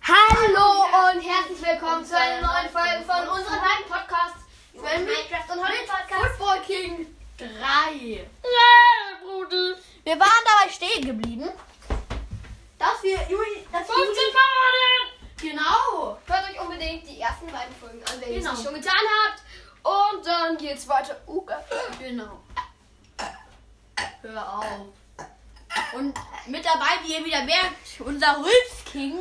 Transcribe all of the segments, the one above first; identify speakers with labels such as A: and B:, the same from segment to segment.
A: Hallo und herzlich willkommen zu einer neuen Folge von unserem kleinen Podcast über den Minecraft und Hollywood Podcast Football King 3.
B: Brudi.
A: Wir waren dabei stehen geblieben, dass wir Juli, dass
B: 15 Minuten.
A: genau,
C: Hört euch unbedingt die ersten beiden Folgen an, wenn ihr
A: Genau.
C: es nicht schon getan habt. Und dann geht's weiter. Uh, geil.
A: genau. Hör auf. Und mit dabei, wie ihr wieder merkt, unser Rülps King.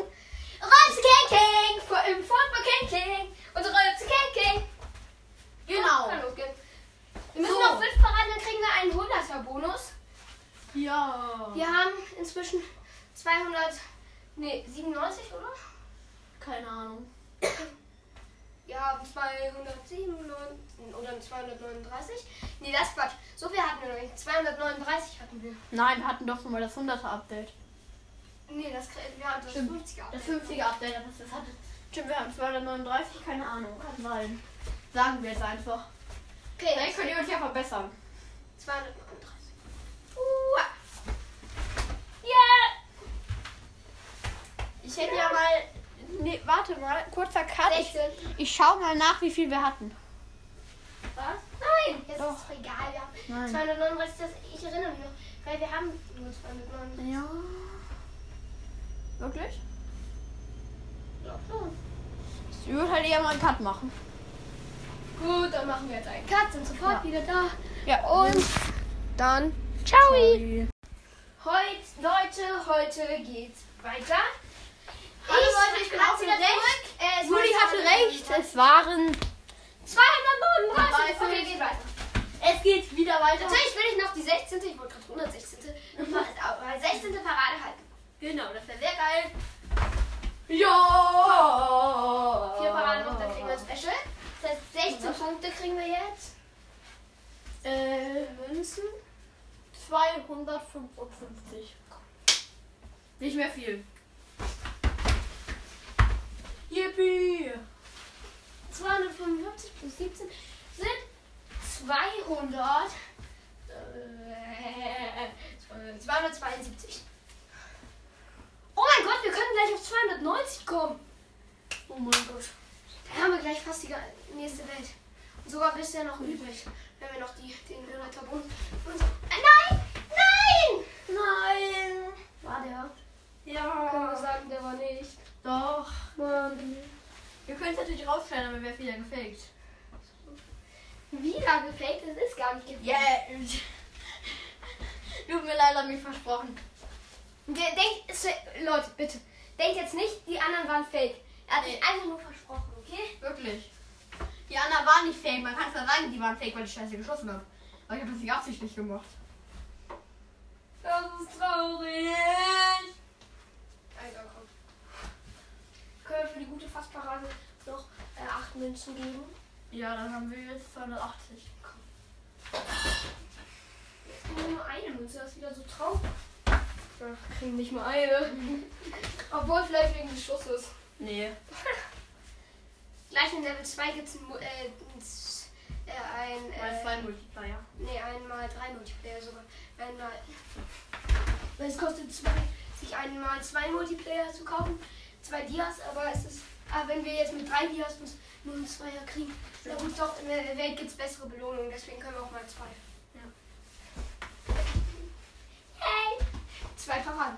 C: Rolls King King! Vor- Im Football King King! Und Rolls King King!
A: Genau.
C: Kann losgehen. Wir müssen
A: So.
C: noch 5 verraten, dann kriegen wir einen 100er Bonus.
A: Ja.
C: Wir haben inzwischen 200. Ne, 97, oder?
A: Keine Ahnung.
C: Wir haben 297 oder 239. Ne, das ist Quatsch. So viel hatten wir noch nicht. 239 hatten wir.
A: Nein, wir hatten doch schon mal das 100er Update.
C: Ne, das, krie- wir hatten das
A: Stimmt.
C: 50er.
A: Das 50er Update, aber das hatte. Stimmt, wir haben 239, keine Ahnung. Kann sein. Sagen wir jetzt einfach.
C: Okay,
A: Vielleicht könnt ihr uns ja verbessern.
C: 239.
A: Uh, ich hätte ja mal. Nee, warte mal, kurzer Cut. Ich,
C: 16.
A: ich schau mal nach, wie viel wir hatten.
C: Was? Nein, jetzt
A: Doch.
C: ist es egal. Wir haben
A: Nein.
C: 239, das, ich erinnere mich noch, weil wir haben nur 239.
A: Ja. Wirklich?
C: Ja, schon.
A: Ich würde halt eher mal einen Cut machen.
C: Gut, dann machen wir jetzt einen Cut, sind
A: Ja.
C: sofort wieder da.
A: Ja, und.
C: Dann.
A: Ciao!
C: Heute, Leute, heute geht's weiter.
A: Hallo Leute, ich bin auch wieder
C: zurück. Äh, es
A: Juli
C: waren
A: hatte recht,
C: 239.
A: es waren.
C: 239. Okay, geht weiter.
A: Es geht wieder weiter.
C: Natürlich will ich noch die 16. Ich wollte gerade 116. nochmal, aber 16. Parade halten.
A: Genau, das
C: Das wäre sehr geil.
A: Ja!
C: Vier Paraden noch, dann kriegen wir ein Special. Das heißt, 16 Punkte kriegen wir jetzt.
A: Äh, Münzen? 255. Nicht mehr viel. Yippie!
C: 255 plus 17 sind 200. Äh, 272. Oh mein Gott, wir können gleich auf 290 kommen.
A: Oh mein Gott.
C: Dann haben wir gleich fast die ga- nächste Welt. Und sogar bisher noch übrig, wenn wir noch die, den Hörertabun. Äh, Nein! Nein!
A: Nein!
C: War der? Können wir
A: Ja!
C: sagen, der war nicht.
A: Doch.
C: Mann.
A: Wir können es natürlich rausschneiden, aber wäre wieder gefaked.
C: Wieder gefaked, das ist gar nicht gefaked.
A: Yeah! Tut mir leid, hab mich versprochen.
C: Der denkt, es- Leute, bitte, denkt jetzt nicht, die anderen waren fake. Er hat sich einfach nur versprochen, okay?
A: Wirklich. Die anderen waren nicht fake. Man kann es ja sagen, die waren fake, weil ich scheiße geschossen habe. Aber ich habe das nicht absichtlich gemacht. Das ist traurig.
C: Also komm. Können wir für die gute Fassparade noch äh, acht Münzen geben?
A: Ja, dann haben wir jetzt 280.
C: Jetzt kriegen wir nur eine Münze, das ist wieder so traurig. Ach, kriegen nicht mal eine. Obwohl vielleicht wegen des Schusses.
A: Nee.
C: Gleich in Level 2 gibt es ein, Mu- äh, ein S- äh, ein,
A: Mal
C: äh,
A: zwei Multiplier.
C: Nee, einmal drei Multiplayer sogar. Einmal. Weil es kostet zwei, sich einmal zwei Multiplayer zu kaufen, zwei Dias, aber es ist. Aber wenn wir jetzt mit drei Dias bloß nur einen Zweier kriegen, na gut, doch, in der Welt gibt es bessere Belohnungen, deswegen können wir auch mal zwei.
A: Ja.
C: Hey! Zwei Paraden.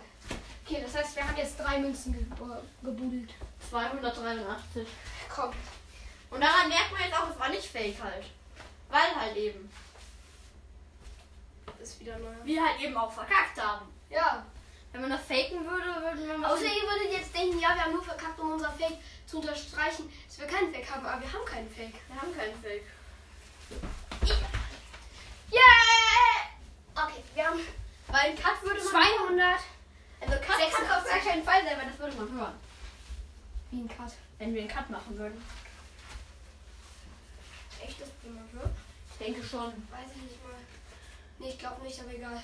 C: Okay, das heißt, wir haben jetzt drei Münzen ge äh, gebudelt.
A: 283.
C: Komm.
A: Und daran merkt man jetzt auch, es war nicht fake halt. Weil halt eben.
C: Ist wieder neu.
A: Wir halt eben auch verkackt haben.
C: Ja.
A: Wenn man das faken würde, würden wir
C: Außer ihr würdet jetzt denken, ja, wir haben nur verkackt, um unser Fake zu unterstreichen, dass wir keinen Fake haben, aber wir haben keinen Fake.
A: Wir haben keinen Fake.
C: Yeah! Okay, wir haben
A: Weil ein Cut würde man.
C: 200.
A: Also Cut kann auf gar keinen Fall sein, weil das würde man hören.
C: Wie ein Cut.
A: Wenn wir einen Cut machen würden.
C: Echt, das bin ich ne?
A: Ich denke schon.
C: Weiß ich nicht mal. Nee, ich glaube nicht, aber egal.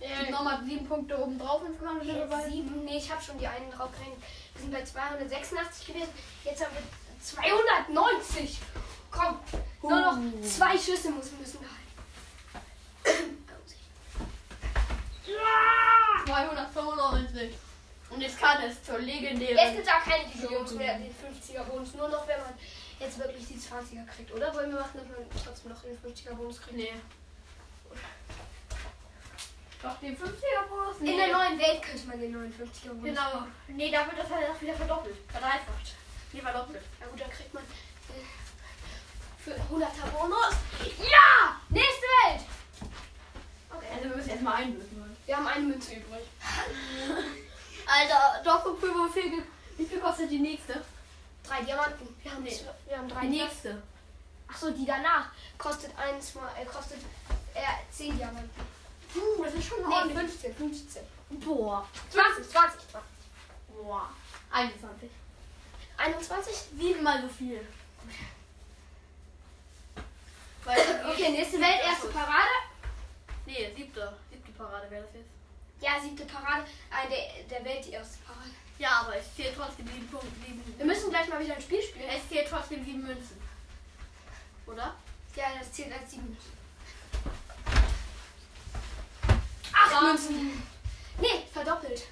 A: Äh, nochmal sieben Punkte oben drauf insgesamt sind wir dabei.
C: Sieben. Nee, ich habe schon die einen draufgerechnet. Wir sind bei 286 gewesen. Jetzt haben wir 290. Komm, nur
A: Uh.
C: noch zwei Schüsse müssen, müssen wir halten.
A: Ja! Und jetzt kann es zur
C: Jetzt
A: legendären.
C: gibt es auch keine Jubiläums mehr, den 50er Bonus. Nur noch, wenn man jetzt wirklich die 20er kriegt. Oder wollen wir machen, dass man trotzdem noch den 50er Bonus kriegt?
A: Nee. Doch, den 50er Bonus?
C: In der neuen Welt könnte man den 59er Bonus.
A: Genau. Nee, da wird das halt auch wieder verdoppelt. Verdreifacht. Nee, verdoppelt.
C: Ja gut, dann kriegt man äh, für 100er Bonus. Ja! Nächste Welt! Okay.
A: Also wir müssen erstmal einlösen.
C: Wir haben eine Münze übrig.
A: Alter, doch, guck mal, wie viel, wie viel kostet die nächste?
C: Drei Diamanten. Wir haben,
A: Nee.
C: zwei, wir haben drei
A: Die
C: Diamanten.
A: nächste.
C: Achso, die danach kostet eins mal, äh, kostet äh, 10 Diamanten.
A: Puh, das ist schon
C: Oh, Nee,
A: ordentlich.
C: 15, 15.
A: Boah.
C: 20, 20, 20.
A: Boah. 21.
C: 21?
A: Siebenmal so viel. Weil, eh
C: Okay, nächste Welt, erste Parade.
A: also, Nee, siebte. Siebte Parade wäre das jetzt.
C: Ja, siebte Parade. Äh, der, der Welt die erste Parade.
A: Ja, aber es fehlt trotzdem sieben Punkte. Sieben,
C: Wir müssen gleich mal wieder ein Spiel spielen.
A: es fehlt trotzdem sieben Münzen. Oder?
C: Ja, das zählt als sieben Münzen.
A: Acht
C: Ja. Nee, verdoppelt.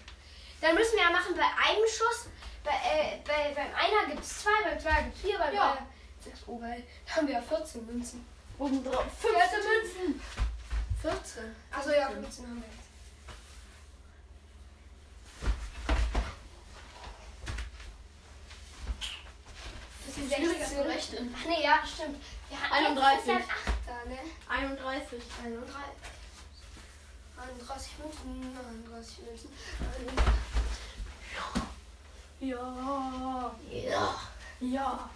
C: Dann müssen wir ja machen bei einem Schuss. Bei, äh, bei, beim einer gibt es zwei, beim zwei gibt es vier, beim
A: Ja.
C: drei sechs. Oh, weil da haben wir ja 14 Münzen.
A: Oben drauf. 15 Münzen.
C: 14? Also ja,
A: 15.
C: 15 haben wir jetzt. Das ist
A: Schwieriger
C: 16.
A: zu rechnen.
C: Ach nee, ja, stimmt. Wir hatten
A: 31.
C: letztes Jahr einen Achter, ne?
A: 31.
C: 31. 31 Münzen, 31 Münzen.
A: Ja.
C: Ja.
A: Ja.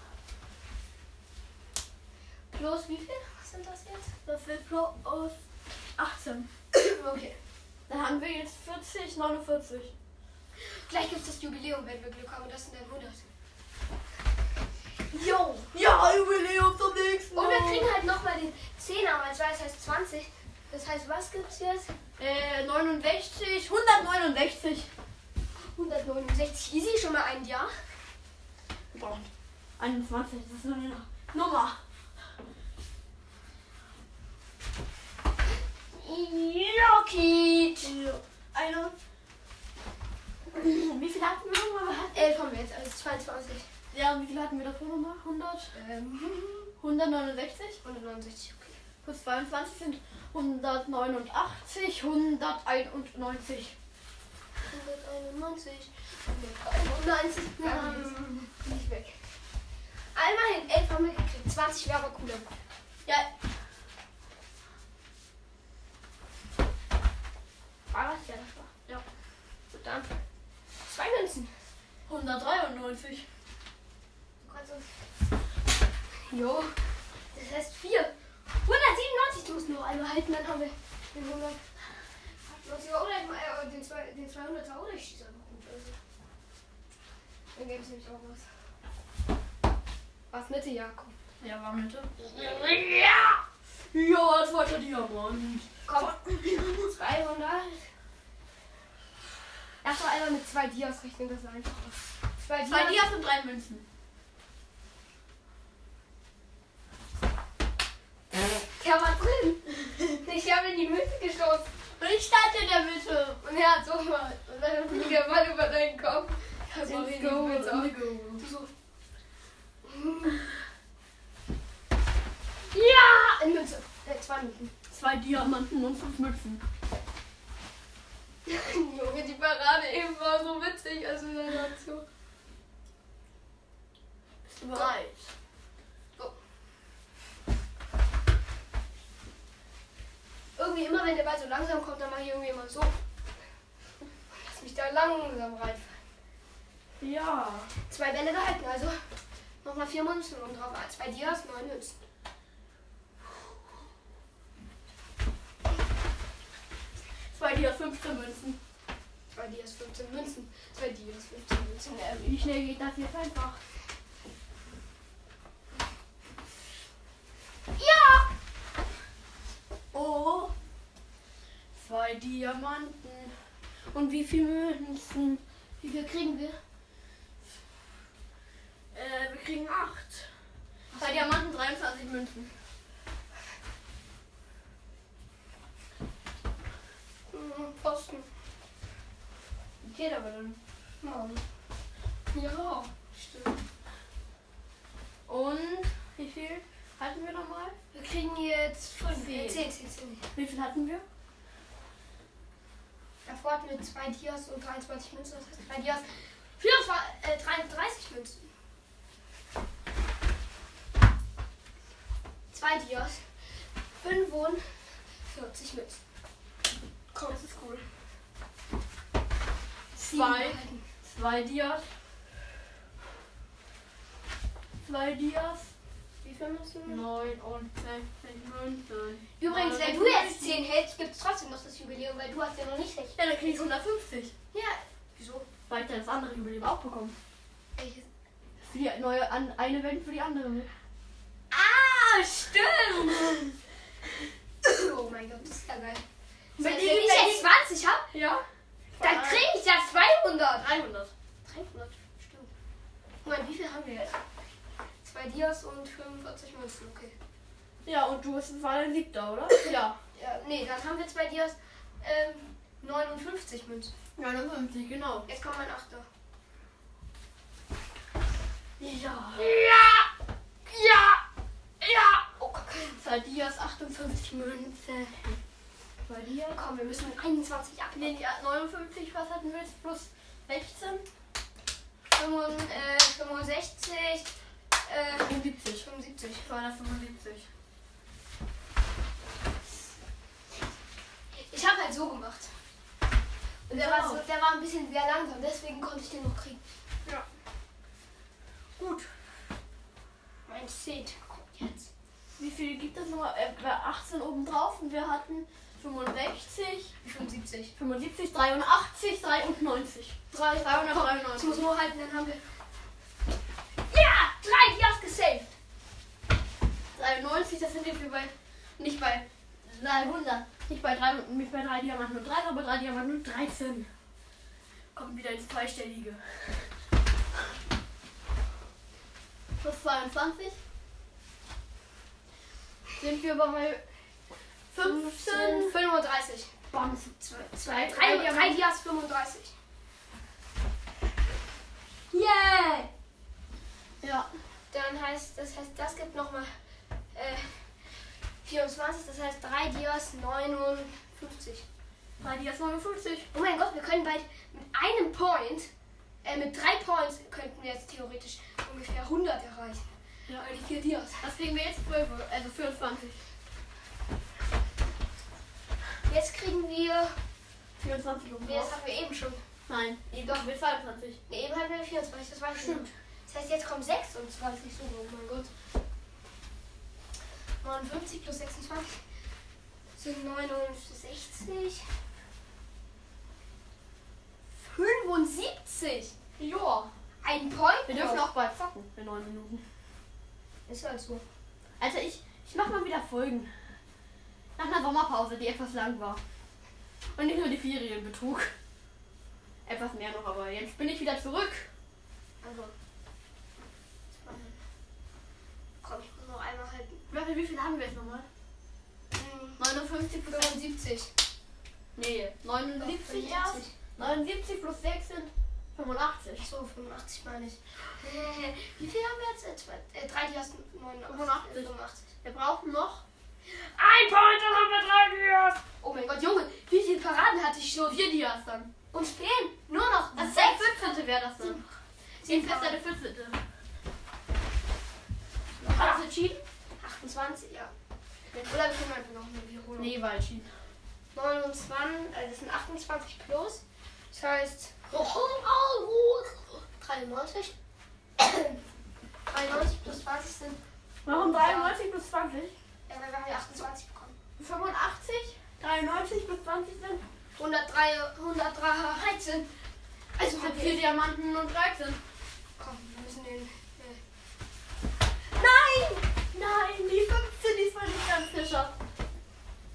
C: Plus wie viel sind das jetzt?
A: Das wird pro aus 18.
C: Okay.
A: Dann haben wir jetzt 40, 49.
C: Gleich gibt es das Jubiläum, wenn wir Glück haben. Und das sind dann 100.
A: Jo. Ja, Jubiläum zum nächsten
C: Und wir kriegen halt nochmal den 10er, weil 2 das heißt 20. Das heißt, was gibt's jetzt?
A: Äh, 69, 169.
C: 169 easy, schon mal ein Jahr.
A: Boah. 21, das ist nur eine Nummer.
C: Lockit!
A: Eine. Wie viel hatten wir nochmal?
C: 11 haben wir jetzt, also 22.
A: Ja, wie viel hatten wir davor nochmal? 100?
C: Ähm,
A: 169?
C: 169, okay.
A: Plus 22 sind 189, 191.
C: 191, 191,
A: Ja.
C: ähm, nicht weg. Einmalhin 11 haben wir gekriegt, 20 wäre aber cooler.
A: Ja. War das ja das war? Ja.
C: Gut, dann. Zwei Münzen.
A: 193.
C: Du kannst uns. Also, Jo, das heißt 4. 197, du musst nur einmal halten, dann haben wir den 100. Oder äh, den, zwei- den 200er oder ich schieße einfach gut. Also. Dann gäbe es nämlich auch was. Was Mitte, Jakob?
A: Ja, war Mitte. Ja, zweiter Diamant.
C: Komm, 200. Erstmal einmal mit zwei Dias rechnen, das ist einfacher. Zwei Dias.
A: Zwei Dias und drei Münzen.
C: Der war drin. Ich habe in die Münze geschossen.
A: Und ich stand in der Mitte.
C: Und er hat so mal. Und dann fliegt der Ball über deinen Kopf. Das war richtig böse aus.
A: go.
C: Du so. Ja! In Münze. Äh, zwei Münzen.
A: Zwei Diamanten und fünf Münzen.
C: Junge, die Parade eben war so witzig. Also in der Aktion.
A: Bist du bereit?
C: Irgendwie immer, wenn der Ball so langsam kommt, dann mache ich irgendwie immer so. Lass mich da langsam rein.
A: Ja.
C: Zwei Bälle gehalten, also nochmal vier Münzen und drauf. Ah, Zwei Dias, neun Münzen.
A: Zwei Dias, 15 Münzen.
C: Zwei Dias, 15 Münzen. Zwei Dias, 15 Münzen. Ähm,
A: Äh, Wie schnell geht das jetzt einfach?
C: Ja!
A: Oh. Zwei Diamanten. Und wie viel Münzen? Wie viel kriegen wir? Äh, wir kriegen acht. Zwei Diamanten, 23 Münzen.
C: Hm, Posten.
A: kompliziert, aber dann.
C: Morgen. Hm. Ja, stimmt.
A: Und wie viel hatten wir nochmal?
C: Wir kriegen jetzt fünf.
A: Zehn.
C: Äh, Zehn, zehn, zehn.
A: Wie viel hatten wir?
C: Davor hatten wir zwei Dias und 23 Münzen. Das heißt, drei Dias. 24, äh, 33 Münzen. Zwei Dias. 45 Münzen. Komm, das ist cool. Sieben
A: Zwei.
C: behalten.
A: Zwei Dias. Zwei Dias.
C: Wie viel Münzen? Äh,
A: Neun und 16, 19.
C: Übrigens, wenn du jetzt 10 hältst, gibt es trotzdem noch das Jubiläum, weil du hast ja noch nicht 6.
A: Ja, dann krieg ich 150.
C: Ja. Wieso?
A: Weil ich ja das andere Jubiläum auch bekommen.
C: Welches?
A: Für die neue, an, eine Welt für die andere. ne?
C: Ah, stimmt! oh mein Gott, das ist ja geil.
A: Wenn
C: Wenn
A: ich-
C: ich
A: wenn
C: jetzt 20 habe,
A: Ja. Äh,
C: dann krieg ich ja 200.
A: 300.
C: 300, stimmt. Moment, wie viel haben wir jetzt? Zwei Dias und 45 Münzen, okay.
A: Ja, und du bist ein Fall Siebter, oder? ja.
C: Ja, nee, dann haben wir zwei Dias ähm, 59 Münzen.
A: 59, genau.
C: Jetzt kommt mein Achter.
A: Ja.
C: Ja! Ja! Ja! Oh, Kacke.
A: Zwei halt Dias, 58 Münzen. Bei dir?
C: Komm, wir müssen mit 21 ab.
A: Nee, die 59, was hatten wir jetzt? Plus 16?
C: 65, äh, 65 äh,
A: 75.
C: 75.
A: 275.
C: Ich habe halt so gemacht. Und der,
A: Genau.
C: war so, der war ein bisschen sehr langsam, deswegen konnte ich den noch kriegen.
A: Gut.
C: Mein Set kommt jetzt.
A: Wie viel gibt es nochmal? Äh, bei 18 obendrauf und wir hatten 65,
C: 75.
A: 75, 83, 93. 393.
C: Ich muss nur halten, dann haben wir. Ja! Drei Dias gesaved!
A: 93, das sind jetzt wie bei, nicht bei 300, nicht bei 3, nicht bei 3 Diamanten und 3, aber bei 3 Diamanten und 13. Kommt wieder ins Zweistellige. Plus 22 sind wir bei 15.
C: 35.
A: Bam,
C: Zwei,
A: Drei
C: zwei, drei, drei,
A: Diamanten.
C: Dias 35.
A: Yay! Ja,
C: Dann heißt das heißt, das gibt nochmal äh, 24, das heißt drei Dias 59.
A: 3 Dias 59.
C: Oh mein Gott, wir können bald mit einem Point, äh, mit drei Points könnten wir jetzt theoretisch ungefähr 100 erreichen.
A: Ja.
C: Weil die vier Dias.
A: Das kriegen wir jetzt 12, also 24.
C: Jetzt kriegen wir,
A: 24
C: nee, das
A: obendrauf.
C: haben wir eben schon.
A: um Nein, doch, mit 22.
C: Nee, eben hatten wir 24, das weiß ich
A: Stimmt.
C: nicht. Das heißt, jetzt kommen 26 so, oh mein Gott. 59 plus 26 sind 69. 75!
A: Joa.
C: Ein Point?
A: Wir dürfen
C: noch.
A: auch bald zocken in 9 Minuten.
C: Ist halt so.
A: Alter, ich, ich mach mal wieder Folgen. Nach einer Sommerpause, die etwas lang war. Und nicht nur die Ferien betrug. Etwas mehr noch, aber jetzt bin ich wieder zurück.
C: Also. Spannend. Komm, ich muss noch einmal halten.
A: Warte, wie viel haben wir jetzt nochmal?
C: Hm.
A: 59 plus
C: 75.
A: Nee, 79 erst. 79 plus 6 sind 85.
C: Achso, 85 meine ich. Äh, Wie viel haben wir jetzt? Äh, zwei- Äh, drei, die hast du 89.
A: 85.
C: äh, 85.
A: Wir brauchen noch.
C: Ein Point, dann haben wir drei Dias. Oh mein Gott, Junge, wie viele Paraden hatte ich
A: So,
C: schon?
A: 4 Dias dann.
C: Uns fehlen nur noch
A: Das ist
C: sechs.
A: der 14. wäre das dann. Jetzt ist deine 14. Hast du entschieden?
C: 28, ja. Oder wir können einfach noch eine Wiederholung.
A: Nee, war halt entschieden.
C: 29, also das sind 28 plus. Das heißt 93. 93 plus 20 sind,
A: Warum 93 plus 20?
C: ja, weil wir haben ja 28 bekommen.
A: 85, 93 bis 20 sind.
C: 103, 113. Also
A: sind
C: haben
A: vier
C: wir,
A: Diamanten und 13.
C: komm, wir müssen den, äh,
A: Nein! Nein, die 15 diesmal nicht ganz geschafft.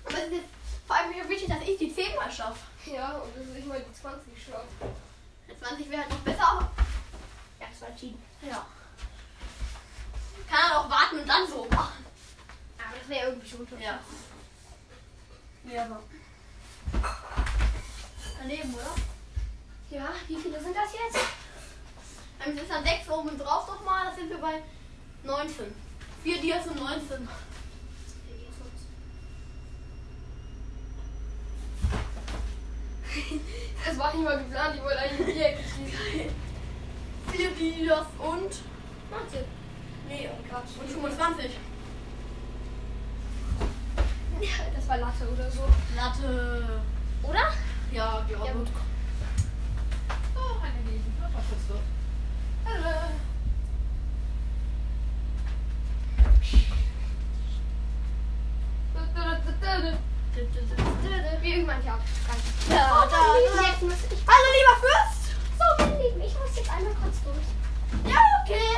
A: Aber es ist jetzt vor allem mir wichtig, dass ich die 10 mal schaffe.
C: ja, und das ist nicht mal die 20 schon.
A: Die 20 wäre halt noch besser, aber.
C: Ja, das war entschieden.
A: Ja. Kann er auch warten und dann so machen.
C: Aber das wäre irgendwie schon.
A: Ja. Ja, aber. Daneben, oder?
C: Ja, wie viele sind das jetzt?
A: Ähm, das ist dann 6 oben drauf nochmal, das sind wir bei 19. 4 Dias und 19.
C: Das war nicht mal geplant, ich wollte eigentlich um die Ecke schießen.
A: 4 Dias und.
C: 19.
A: Nee,
C: Oh Gott.
A: und 25.
C: Ja, das war Latte oder so.
A: Latte.
C: Oder?
A: Ja, glaube
C: Ja, gut.
A: Oh, meine Lieben, das war kurz so. Hallo.
C: Wie irgendwann ja.
A: Da, da, da.
C: Jetzt muss ich.
A: Hallo, lieber Fürst!
C: So, meine Lieben, ich muss jetzt einmal kurz durch.
A: Ja, okay.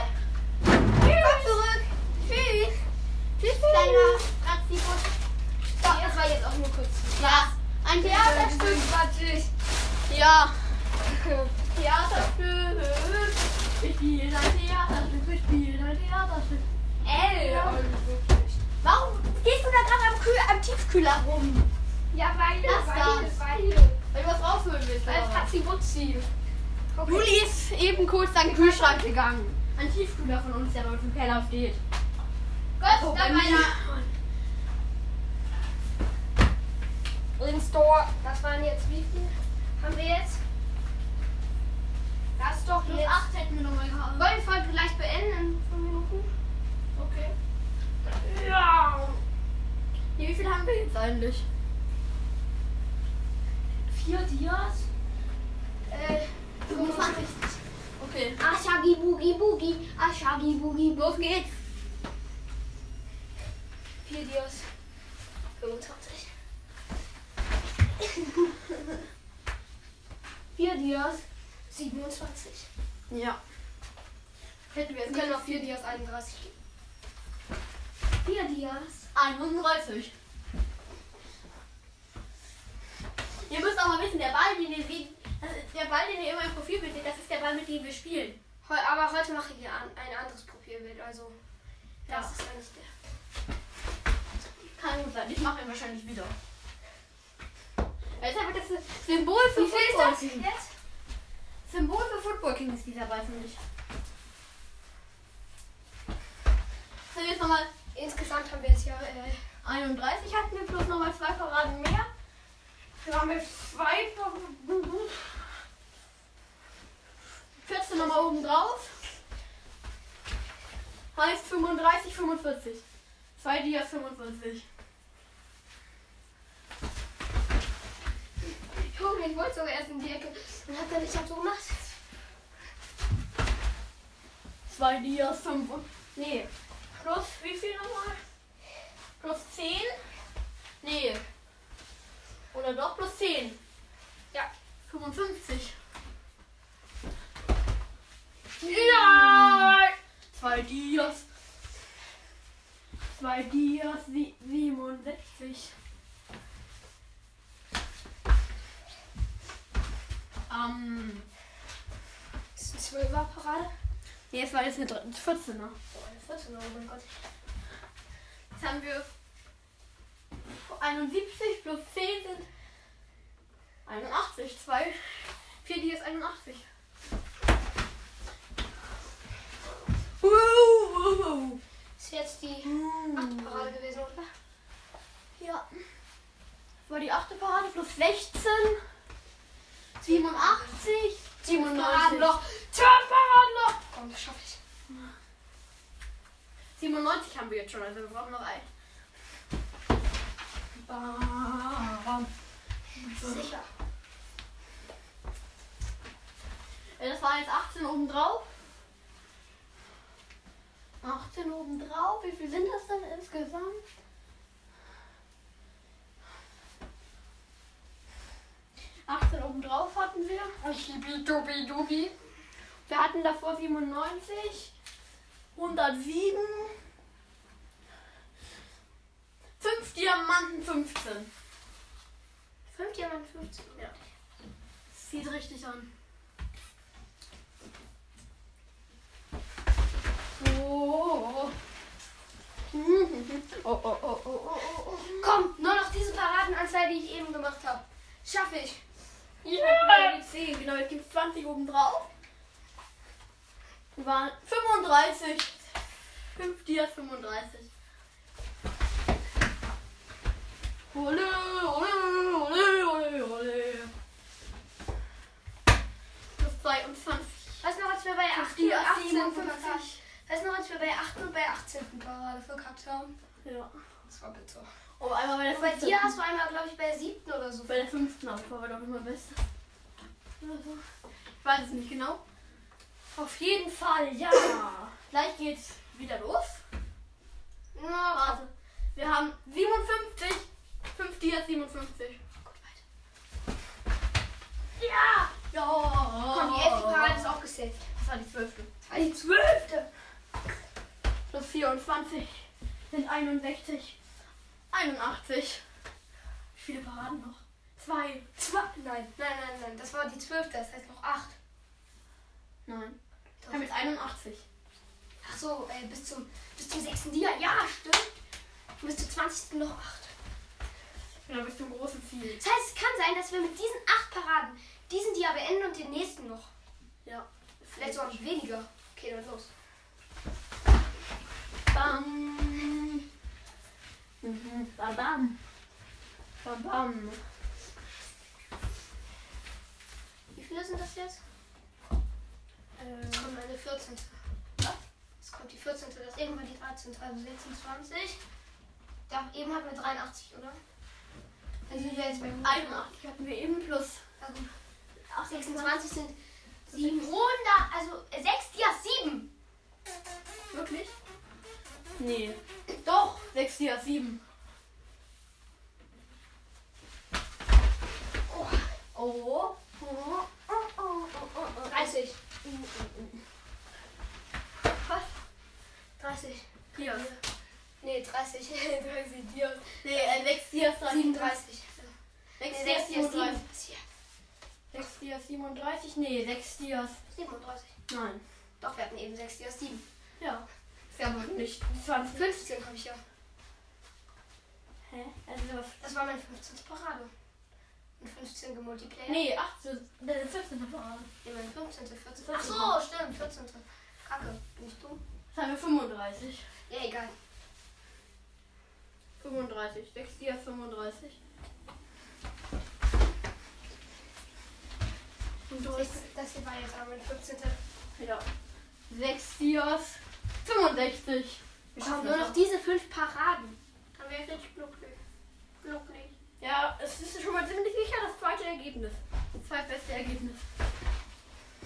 A: Komm zurück. Tschüss. Tschüss, kleiner Ratzibus.
C: So, das war jetzt auch nur kurz.
A: Ja, ein Theaterstück.
C: war tschüss.
A: Ja. Theaterstück. Ich spiele ein Theaterstück. Ich spiele ein Theaterstück.
C: Ey, aber nicht wirklich.
A: Warum gehst du da gerade am, Kühl, am Tiefkühler rum?
C: Ja, weil,
A: Das
C: weil,
A: darf's.
C: weil.
A: Weil du was rausholen willst.
C: Weil
A: oder was?
C: Fatzi Wutzi. Okay.
A: Juli ist eben kurz an den Kühlschrank gegangen. Ein Tiefkühler von uns, der bei uns im Keller steht.
C: Gott,
A: Oh,
C: dann
A: Emily.
C: meiner. Im Store. Das waren jetzt wie viel? Haben wir jetzt? Das ist doch
A: Plus
C: jetzt.
A: 8 hätten wir nochmal gehabt.
C: Wollen wir die Folge gleich beenden in 5 Minuten?
A: Okay.
C: Ja.
A: Nee, wie viel haben wir jetzt eigentlich?
C: Vier Dias? Äh,
A: 25. Okay.
C: Ashagi Boogie Boogie. Ashagi Boogie Boogie.
A: Los geht's.
C: Vier Dias. 25. Vier Dias. 27.
A: Ja. Hätten wir
C: Wir
A: jetzt
C: können
A: können
C: auf 4 Dias 31 gehen. 4 Dias?
A: Ah, 31. Ihr müsst auch mal wissen, der Ball, den ihr seht, das ist der Ball, den ihr immer im Profilbild seht, das ist der Ball, mit dem wir spielen.
C: Heu, aber heute mache ich an, ein anderes Profilbild, also das
A: Ja.
C: ist eigentlich der.
A: Kann gut sein. Ich mache ihn wahrscheinlich wieder. Jetzt einfach das Symbol für
C: Wie viel ist
A: Football
C: das
A: King.
C: jetzt?
A: Symbol für Football King ist dieser Ball für mich. Sind jetzt nochmal
C: Insgesamt haben wir jetzt ja, äh,
A: 31 hatten wir plus nochmal zwei Paraden mehr.
C: wir haben jetzt zwei.
A: 14 nochmal oben drauf. Heißt 35, 45. Zwei Dias 45.
C: Junge, ich wollte sogar erst in die Ecke und hab dann nicht so gemacht.
A: Zwei Dias 5. Nee. Plus wie viel nochmal? Plus 10? Nee. Oder doch plus 10.
C: Ja.
A: 55.
C: Ja!
A: Zwei Dias. Zwei Dias sie- 67. Ähm.
C: Das ist eine 12er Parade.
A: Nee, es war jetzt eine 14er.
C: Oh, eine 14er, oh mein Gott.
A: Jetzt haben wir 71 plus 10 sind 81. 2, 4 die ist 81. Uh, uh, uh.
C: Ist jetzt die
A: Hm.
C: 8 Parade gewesen, oder?
A: Ja. Das war die achte Parade plus 16. 87. 97.
C: Paraden noch. 12 Paraden noch. Komm, das schaff ich.
A: 97 haben wir jetzt schon, also wir brauchen noch ein. Bam.
C: Sicher.
A: Ja, Äh, Das war jetzt 18 obendrauf. 18 obendrauf. Wie viel sind das denn insgesamt? Achtzehn obendrauf hatten wir.
C: Dubi Dubi.
A: Wir hatten davor 97, 107, 5 Diamanten 15.
C: 5 Diamanten 15. Ja.
A: Das sieht richtig an. Oh. Oh, oh, oh, oh, oh, oh.
C: Komm, nur noch diese Paradenanzahl, die ich eben gemacht habe. Schaffe ich.
A: Ich hab keine 10, genau. Es gibt 20 oben drauf. Wir waren 35. 5 Dias 35. Ole, ole, ole, ole, ole. Plus 22.
C: Weißt du noch, als wir bei 18
A: die
C: und 18 verkackt haben?
A: 57.
C: Weißt du noch, als wir bei 8 und bei 18 Parade verkackt haben?
A: Ja.
C: Das war bitter.
A: Oh, einmal bei der
C: Und bei dir
A: fünften.
C: hast du einmal, glaube ich, bei der 7. oder so.
A: Bei der fünften auf war doch immer besser. Oder so. Ich weiß es nicht genau. Auf jeden Fall, ja. Gleich geht's wieder los.
C: Na,
A: Warte. Wir haben 57. 5 Dias 57. Gut, Oh weiter. Ja! Ja!
C: Komm, die 11. Parade ist auch gesaved.
A: Das war die 12.
C: Ah, die 12.
A: Plus 24 sind 61. 81. Wie viele Paraden noch? Zwei.
C: Zwei. Nein, nein, nein, nein. Das war die 12. Das heißt noch 8.
A: Nein. Ich habe jetzt 81.
C: Ach so, äh, bis zum, bis zum 6. Dia. Ja, stimmt. Und bis zum 20. noch 8.
A: Und dann bist du im großen Ziel.
C: Das heißt, es kann sein, dass wir mit diesen 8 Paraden diesen Dia beenden und den nächsten noch.
A: Ja.
C: Vielleicht sogar noch weniger. Okay, dann los.
A: Bam. Mhm. Bam, bam. Bam, bam.
C: Wie viele sind das jetzt? Es
A: Äh,
C: kommt eine 14.
A: Was?
C: Es kommt die 14. Das eben war die 13. Also 26. Da eben hatten wir 83, oder? Dann sind wir jetzt bei 108.
A: 81 hatten wir eben plus.
C: Also, auch 26 sind 700, also 6 Dias 7.
A: Wirklich? Nee. Doch. 6 Dia 7.
C: Oh,
A: Oh. Oh. Oh. Oh. Oh. Oh.
C: 30.
A: Was?
C: 30.
A: Dias.
C: Nee, 30. 30 Dias.
A: Nee, äh, 6 Dias
C: 37.
A: 6
C: Nee,
A: Dias
C: 6 Dias
A: 37.
C: 7.
A: 6 Dias 37? Nee, 6 Dias.
C: 37.
A: Nein.
C: Doch, wir hatten eben 6 Dias 7.
A: Ja. Ja, wohl nicht. 20.
C: 15 habe ich ja.
A: Hä? Also, was?
C: Das war meine 15. Parade. Und 15 gemultiplayer.
A: Nee, 18. Das ist 14. Parade.
C: Nee, meine 15. 14. Ach
A: 14..
C: so, stimmt, 14. Kacke, bin ich dumm?
A: Jetzt haben wir 35.
C: Ja, egal.
A: 35. 6 Dias 35. Und durch.
C: Sechs- Das hier war jetzt aber meine 15.
A: Ja. 6 Dias 65.
C: Wir haben nur noch diese 5 Paraden. Dann wäre ich richtig glücklich. Glücklich.
A: Ja, es ist schon mal ziemlich sicher das zweite Ergebnis. Das zweitbeste Ergebnis.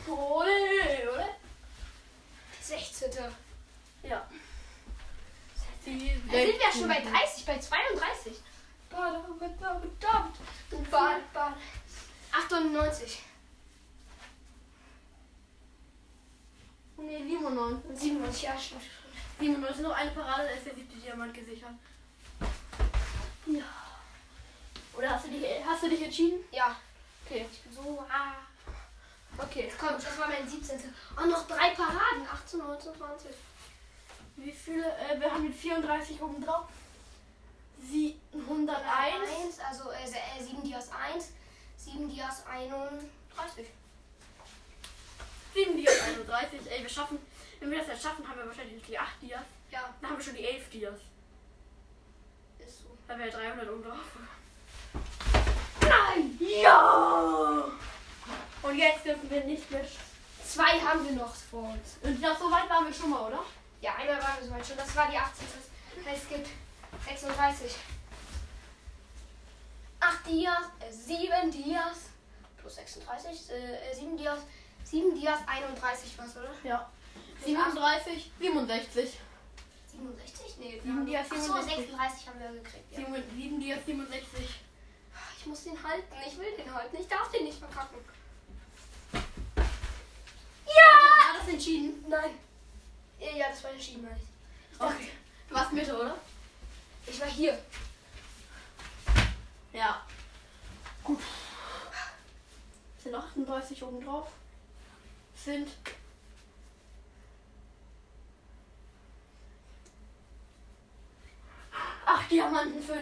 A: Ole, oder?
C: 16. Da
A: Ja. Sind
C: sind wir schon bei 30, bei 32. Bad, bad. 98.
A: Nee, 97.
C: Und 97, ja, stimmt.
A: 97, noch eine Parade, da ist der siebte Diamant gesichert. Ja. Oder hast du dich, hast du dich entschieden?
C: Ja,
A: Okay.
C: ich bin so. Ah.
A: Okay.
C: Jetzt kommt, das war mein 17. Und noch drei Paraden. 18, 19, 20.
A: Wie viele? Äh, wir haben mit 34 oben drauf. 701.
C: Eins, also äh, se- äh, 7 Dias 1, 7 Dias 31.
A: 7 Dias 31. Ey, wir schaffen. Wenn wir das jetzt schaffen, haben wir wahrscheinlich die 8 Dias.
C: Ja,
A: Dann haben wir schon die 11 Dias.
C: ist so.
A: Weil wir ja 300 oben drauf haben.
C: Nein!
A: Ja! Und jetzt dürfen wir nicht mehr. sch-
C: Zwei haben wir noch vor uns.
A: Und ja, so weit waren wir schon mal, oder?
C: Ja, einmal waren wir so weit schon. Das war die 18. Das heißt, es gibt 36. 8 Dias, äh, 7 Dias, plus 36, äh, 7 Dias, 7 Dias 31 was, oder?
A: Ja. 37, 67.
C: 67? Nee,
A: Sieben
C: wir
A: Dias,
C: haben- Ach so,
A: 67.
C: 36 haben wir gekriegt. Ja.
A: 7, 7 Dias 67.
C: Ich muss den halten, ich will den halten, ich darf den nicht verkacken.
A: Ja! War das entschieden?
C: Nein. Ja, ja, das war entschieden, meine ich.
A: Okay. Du warst Mitte, oder?
C: Ich war hier.
A: Ja. Gut. Sind 38 oben drauf. Sind. Ach, Diamanten 5.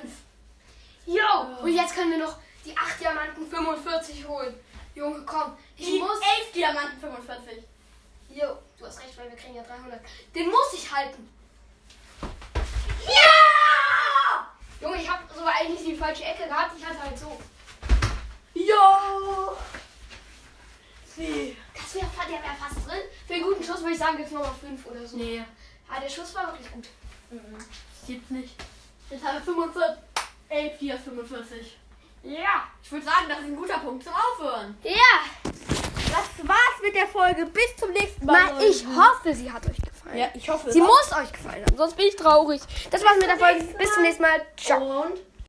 A: Oh.
C: Yo! Und jetzt können wir noch die 8 Diamanten 45 holen. Junge, komm. Ich
A: Die
C: muss.
A: 11 Diamanten 45.
C: Jo, du hast recht, weil wir kriegen ja 300. Den muss ich halten.
A: Ja!
C: Junge, ich habe so eigentlich die falsche Ecke gehabt. Ich hatte halt so.
A: Jo! Nee.
C: Das wäre der wäre fast drin. Für einen guten Schuss würde ich sagen, gibt's nochmal 5 oder so.
A: Nee.
C: Ah, der Schuss war wirklich gut.
A: Mhm. Gibt's nicht. Jetzt habe ich 45. 11, 4, 45.
C: Ja.
A: Ich würde sagen, das ist ein guter Punkt zum Aufhören.
C: Ja.
A: Das war's mit der Folge. Bis zum nächsten
C: Mal, ich hoffe, sie hat euch gefallen.
A: ich hoffe.
C: Sie muss euch gefallen haben, sonst bin ich traurig. Das war's mit der
A: zum
C: Folge.
A: nächsten
C: Bis zum nächsten Mal. Ciao.
A: Und